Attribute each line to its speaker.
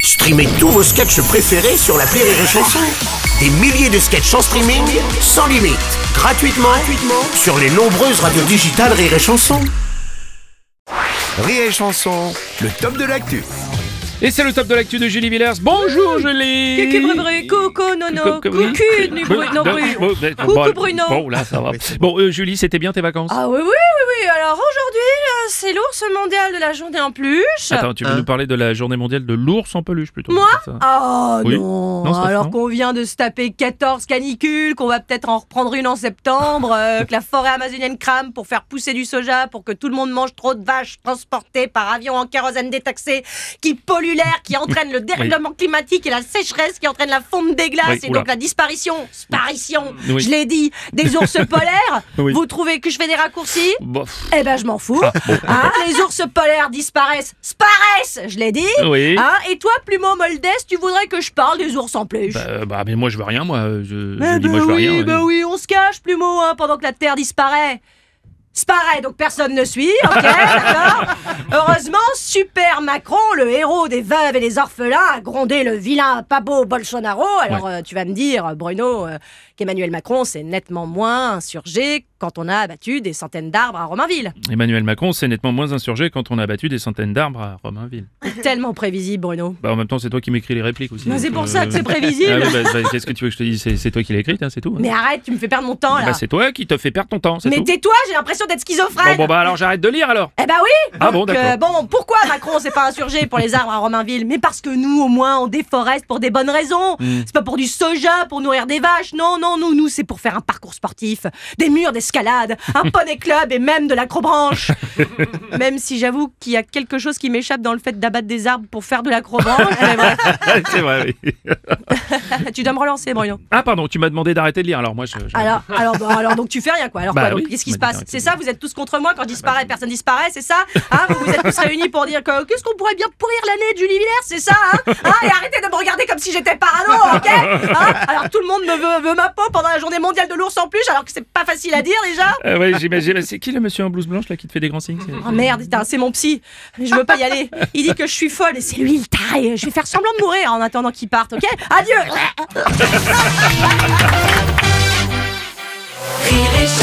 Speaker 1: Streamez tous vos sketchs préférés sur la Rire et Chanson. Des milliers de sketchs en streaming, sans limite, gratuitement, gratuitement sur les nombreuses radios digitales Rire et Chanson.
Speaker 2: Rire et Chanson, le top de l'actu.
Speaker 3: Et c'est le top de l'actu de Julie Villers.
Speaker 4: Mmh.
Speaker 3: Bonjour Julie
Speaker 4: Cucu Brubru, coucou Nono,
Speaker 3: Coucou, Bruno.
Speaker 4: coucu Nubru-
Speaker 3: Bon,
Speaker 4: Nobru.
Speaker 3: bon, bon,
Speaker 4: Coucou
Speaker 3: bon,
Speaker 4: Bruno.
Speaker 3: Bon, là, ça va. Bon, euh, Julie, c'était bien tes vacances
Speaker 4: Ah oui, oui, oui, oui. Alors aujourd'hui, euh, c'est l'ours mondial de la journée en peluche.
Speaker 3: Attends, tu veux nous parler de la journée mondiale de l'ours en peluche plutôt
Speaker 4: Euh. Moi
Speaker 3: c'est ça
Speaker 4: Oh
Speaker 3: Oui. Non,
Speaker 4: non,
Speaker 3: c'est pas ça,
Speaker 4: Alors
Speaker 3: non
Speaker 4: qu'on vient de se taper 14 canicules, qu'on va peut-être en reprendre une en septembre, euh, que la forêt amazonienne crame pour faire pousser du soja, pour que tout le monde mange trop de vaches transportées par avion en kérosène détaxé, qui pollue l'air, qui entraîne le dérèglement climatique et la sécheresse, qui entraîne la fonte des glaces
Speaker 3: Oui,
Speaker 4: et
Speaker 3: oula.
Speaker 4: donc la disparition, disparition,
Speaker 3: Oui.
Speaker 4: je l'ai dit, des ours polaires.
Speaker 3: Oui.
Speaker 4: Vous trouvez que je fais des raccourcis
Speaker 3: Bon, pff,
Speaker 4: eh ben, je m'en fous.
Speaker 3: Ah,
Speaker 4: Hein, les ours polaires disparaissent. Sparaissent, je l'ai dit.
Speaker 3: Oui.
Speaker 4: Hein, et toi, plumeau moldeste, tu voudrais que je parle des ours en peluche
Speaker 3: bah, bah, mais moi je veux rien, moi. Je, je
Speaker 4: Eh
Speaker 3: dis, moi
Speaker 4: ben
Speaker 3: je veux
Speaker 4: oui,
Speaker 3: rien. hein. ouais.
Speaker 4: ben oui, on se cache, plumeau, hein, pendant que la terre disparaît. Disparaît, donc personne ne suit, ok, d'accord Heureusement, Super Macron, le héros des veuves et des orphelins, a grondé le vilain Pablo Bolsonaro. Alors, euh, tu vas me dire, Bruno, euh, qu'Emmanuel Macron s'est nettement moins insurgé quand on a abattu des centaines d'arbres à Romainville.
Speaker 3: Emmanuel Macron s'est nettement moins insurgé quand on a battu des centaines d'arbres à Romainville.
Speaker 4: Tellement prévisible, Bruno.
Speaker 3: Bah, en même temps, c'est toi qui m'écris les répliques aussi.
Speaker 4: Mais Bah, c'est
Speaker 3: donc,
Speaker 4: pour ça que c'est prévisible.
Speaker 3: Ah oui, bah, bah, Qu'est-ce que tu veux que je te dise C'est- C'est toi qui l'as écrite, hein, c'est tout. hein.
Speaker 4: Mais arrête, tu me fais perdre mon temps, là.
Speaker 3: Bah, c'est toi qui te fais perdre ton temps, c'est
Speaker 4: Mais
Speaker 3: tout.
Speaker 4: tais-toi, j'ai l'impression d'être
Speaker 3: Bon,
Speaker 4: schizophrène.
Speaker 3: bon, bah alors j'arrête de lire alors.
Speaker 4: Eh ben oui
Speaker 3: Ah bon,
Speaker 4: Donc,
Speaker 3: d'accord.
Speaker 4: euh, bon, pourquoi Macron s'est pas insurgé pour les arbres à Romainville Mais parce que nous, au moins, on déforeste pour des bonnes raisons.
Speaker 3: Hmm.
Speaker 4: C'est pas pour du soja, pour nourrir des vaches. Non, non, nous, nous, c'est pour faire un parcours sportif, des murs d'escalade, un poney club et même de l'acrobranche. même si j'avoue qu'il y a quelque chose qui m'échappe dans le fait d'abattre des arbres pour faire de l'acrobranche. mais bref,
Speaker 3: c'est vrai, oui.
Speaker 4: tu dois me relancer, Bruno.
Speaker 3: Ah pardon, tu m'as demandé d'arrêter de lire, alors moi je... je-
Speaker 4: Alors, alors, bon, alors, donc tu fais rien quoi. Alors
Speaker 3: Bah
Speaker 4: quoi,
Speaker 3: oui,
Speaker 4: donc, qu'est-ce qui
Speaker 3: mais
Speaker 4: se passe
Speaker 3: d'accord,
Speaker 4: C'est
Speaker 3: ok.
Speaker 4: ça, vous êtes tous contre
Speaker 3: Ah
Speaker 4: moi quand je
Speaker 3: bah
Speaker 4: disparais, personne disparaît, c'est ça hein, Vous vous êtes tous réunis pour dire que qu'est-ce qu'on pourrait bien pourrir l'année de Julie Villers, c'est ça hein Hein, Et arrêtez de me regarder comme si j'étais parano, ok Hein Alors tout le monde me veut, veut ma peau pendant la journée mondiale de l'ours en peluche, alors que c'est pas facile à dire déjà.
Speaker 3: Ah ouais, j'imagine. C'est qui le monsieur en blouse blanche là qui te fait des grands signes c'est-
Speaker 4: Oh merde, putain, c'est mon psy. Mais Je veux pas y aller. Il dit que je suis folle et c'est lui le taré. Je vais faire semblant de mourir en attendant qu'il parte, ok Adieu
Speaker 5: Rire et chanson.